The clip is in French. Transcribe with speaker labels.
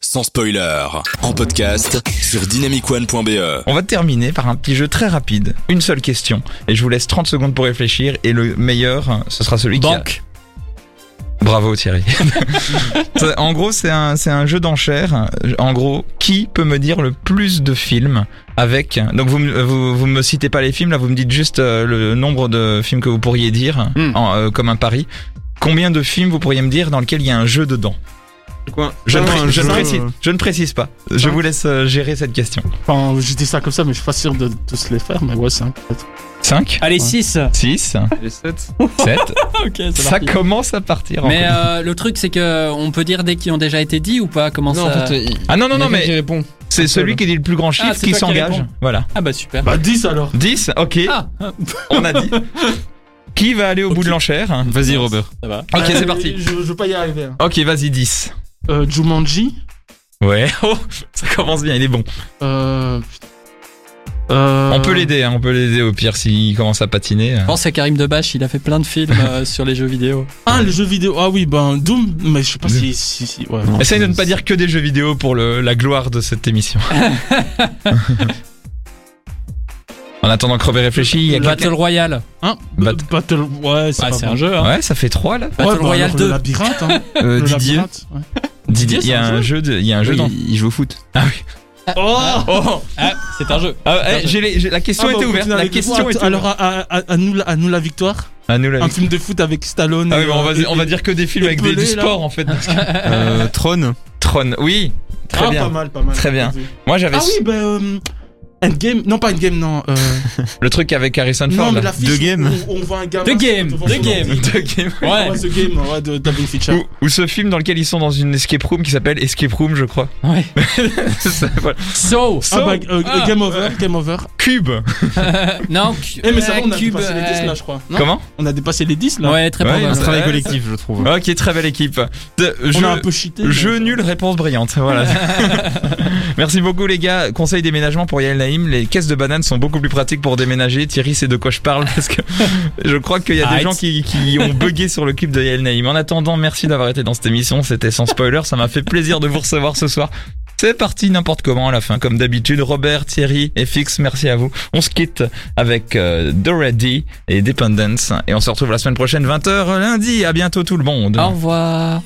Speaker 1: sans spoiler, en podcast sur dynamicone.be.
Speaker 2: On va terminer par un petit jeu très rapide. Une seule question. Et je vous laisse 30 secondes pour réfléchir. Et le meilleur, euh, ce sera celui qui.
Speaker 3: Banque.
Speaker 2: a- Bravo Thierry. C'est- en gros, c'est un, c'est un jeu d'enchères. En gros, qui peut me dire le plus de films avec. Donc, vous, me- vous, vous me citez pas les films, là, vous me dites juste euh, le nombre de films que vous pourriez dire,
Speaker 3: Hmm.
Speaker 2: en, euh, comme un pari. Combien de films vous pourriez me dire dans lequel il y a un jeu dedans Je, ne, pré- je ne précise, je ne précise pas. Je
Speaker 4: Cinq.
Speaker 2: vous laisse euh, gérer cette question.
Speaker 4: Enfin, je dis ça comme ça, mais je suis pas sûr de tous les faire, mais ouais, 5 peut-être.
Speaker 2: 5,
Speaker 4: Ouais.
Speaker 3: Allez, 6.
Speaker 2: 6, 7.
Speaker 3: ok, c'est
Speaker 2: Ça
Speaker 3: parti.
Speaker 2: commence à partir. en
Speaker 3: Mais
Speaker 2: couille.
Speaker 3: euh, le truc, c'est que on peut dire dès qui ont déjà été dit ou pas Comment
Speaker 5: Non,
Speaker 3: ça
Speaker 5: en fait, il-
Speaker 2: Ah non, non,
Speaker 5: il y a
Speaker 2: non,
Speaker 5: quelqu'un qui
Speaker 2: mais
Speaker 5: répond.
Speaker 2: c'est celui qui dit le plus grand chiffre
Speaker 3: Ah, c'est
Speaker 2: qui
Speaker 3: toi qui
Speaker 2: s'engage.
Speaker 3: réponds.
Speaker 2: Voilà.
Speaker 3: Ah bah super.
Speaker 4: Bah 10 alors
Speaker 2: 10, ok,
Speaker 3: Ah,
Speaker 2: on a dit. Qui va aller au bout
Speaker 3: Ok.
Speaker 2: de l'enchère hein
Speaker 5: Vas-y, Robert.
Speaker 3: ça va.
Speaker 2: Ok,
Speaker 4: Euh,
Speaker 2: c'est parti.
Speaker 4: Je, je veux pas y arriver. hein.
Speaker 2: Ok, vas-y, 10.
Speaker 4: Euh, Jumanji
Speaker 2: Ouais, oh, ça commence bien, il est bon.
Speaker 4: euh... putain. Euh,
Speaker 2: On peut l'aider, hein, on peut l'aider au pire s'il commence à patiner.
Speaker 3: Je pense à Karim Debache, il a fait plein de films euh, sur les jeux vidéo.
Speaker 4: Ah, le jeu vidéo. Ah oui, ben Doom, mais je sais pas si. si, si ouais.
Speaker 2: Mmh. Essaye de ne pas dire que des jeux vidéo pour le- la gloire de cette émission. en attendant que Robert réfléchisse, il y a quelqu'un-
Speaker 3: Battle Royale.
Speaker 4: Hein
Speaker 2: Bat-
Speaker 4: Battle. Ouais, c'est
Speaker 3: Bah,
Speaker 4: pas
Speaker 3: c'est
Speaker 4: mal.
Speaker 3: un jeu. Hein.
Speaker 2: Ouais, ça fait 3 là.
Speaker 4: Ouais,
Speaker 3: Battle
Speaker 4: bah,
Speaker 3: Royale
Speaker 4: alors,
Speaker 3: 2.
Speaker 4: Le labyrinthe, hein.
Speaker 5: Euh,
Speaker 4: Le
Speaker 5: Didier,
Speaker 4: labyrinthe, ouais.
Speaker 2: Didier,
Speaker 4: Didier,
Speaker 2: il y a
Speaker 4: c'est un
Speaker 2: un jeu, de- il y a un jeu
Speaker 5: oui,
Speaker 2: dans.
Speaker 5: il, il joue au foot.
Speaker 4: Oh
Speaker 2: Oh
Speaker 3: Ah, c'est un jeu.
Speaker 2: Ah, eh, j'ai les- j'ai- la question
Speaker 4: Ah, bah,
Speaker 2: était
Speaker 4: on
Speaker 2: ouverte.
Speaker 4: continue
Speaker 2: La
Speaker 4: avec les
Speaker 2: question
Speaker 4: voix.
Speaker 2: était
Speaker 4: Alors,
Speaker 2: ouverte.
Speaker 4: à, à- à nous, la- à nous la victoire.
Speaker 2: Ah, nous, la-
Speaker 4: Un film de foot avec Stallone.
Speaker 2: Ah
Speaker 4: et,
Speaker 2: oui, mais on va,
Speaker 4: euh,
Speaker 2: on va dire que des films
Speaker 4: et
Speaker 2: avec des, du
Speaker 4: Pelé, là.
Speaker 2: sport en fait. parce que-
Speaker 5: Euh, Tron.
Speaker 2: Tron, oui, très
Speaker 4: ah,
Speaker 2: bien.
Speaker 4: Pas mal, pas mal.
Speaker 2: Très bien. Moi j'avais
Speaker 4: Ah oui, bah. euh, Endgame, non pas Endgame, non. Euh,
Speaker 2: le truc avec Harrison Ford.
Speaker 4: non, mais
Speaker 2: là.
Speaker 4: l'affiche
Speaker 5: The Game.
Speaker 4: où On, on voit un gamin.
Speaker 3: The Game,
Speaker 4: devant
Speaker 3: The
Speaker 4: son
Speaker 3: Game.
Speaker 4: ordi.
Speaker 2: De Game.
Speaker 3: Ouais.
Speaker 4: Ouais, The Game, ouais, de David Fincher.
Speaker 2: Ou, ou ce film dans lequel ils sont dans une escape room qui s'appelle Escape Room, je crois.
Speaker 3: Ouais.
Speaker 2: Ça, voilà.
Speaker 3: So.
Speaker 4: Ah
Speaker 2: So,
Speaker 4: bah, euh,
Speaker 3: Ah.
Speaker 4: Game Over, Game Over.
Speaker 2: Cube.
Speaker 3: non, cu-
Speaker 4: Eh mais ça
Speaker 3: euh,
Speaker 4: va, on a
Speaker 3: Cube,
Speaker 4: dépassé les 10 là,
Speaker 3: euh,
Speaker 4: je crois. Non
Speaker 2: Comment
Speaker 4: on a dépassé les 10 là.
Speaker 3: Ouais, très
Speaker 2: Ouais,
Speaker 5: Un
Speaker 2: c'est
Speaker 3: probable.
Speaker 5: travail
Speaker 2: vrai,
Speaker 5: collectif, je trouve.
Speaker 2: Ok, très belle équipe. De-
Speaker 4: On
Speaker 2: je-
Speaker 4: a un peu cheaté. mais-
Speaker 2: Jeu nul, réponse brillante. Voilà. Merci beaucoup les gars. Conseil déménagement pour Yael Naïm. Les caisses de bananes sont beaucoup plus pratiques pour déménager. Thierry sait de quoi je parle parce que je crois qu'il y a des
Speaker 3: Arrête.
Speaker 2: gens qui, qui ont bugué sur le clip de Yael Naïm. En attendant, merci d'avoir été dans cette émission. C'était sans spoiler. Ça m'a fait plaisir de vous recevoir ce soir. C'est parti n'importe comment à la fin, comme d'habitude. Robert, Thierry et Fix, merci à vous. On se quitte avec euh, The Ready et Dependence. Et on se retrouve la semaine prochaine, 20h lundi. À bientôt tout le monde.
Speaker 3: Au revoir.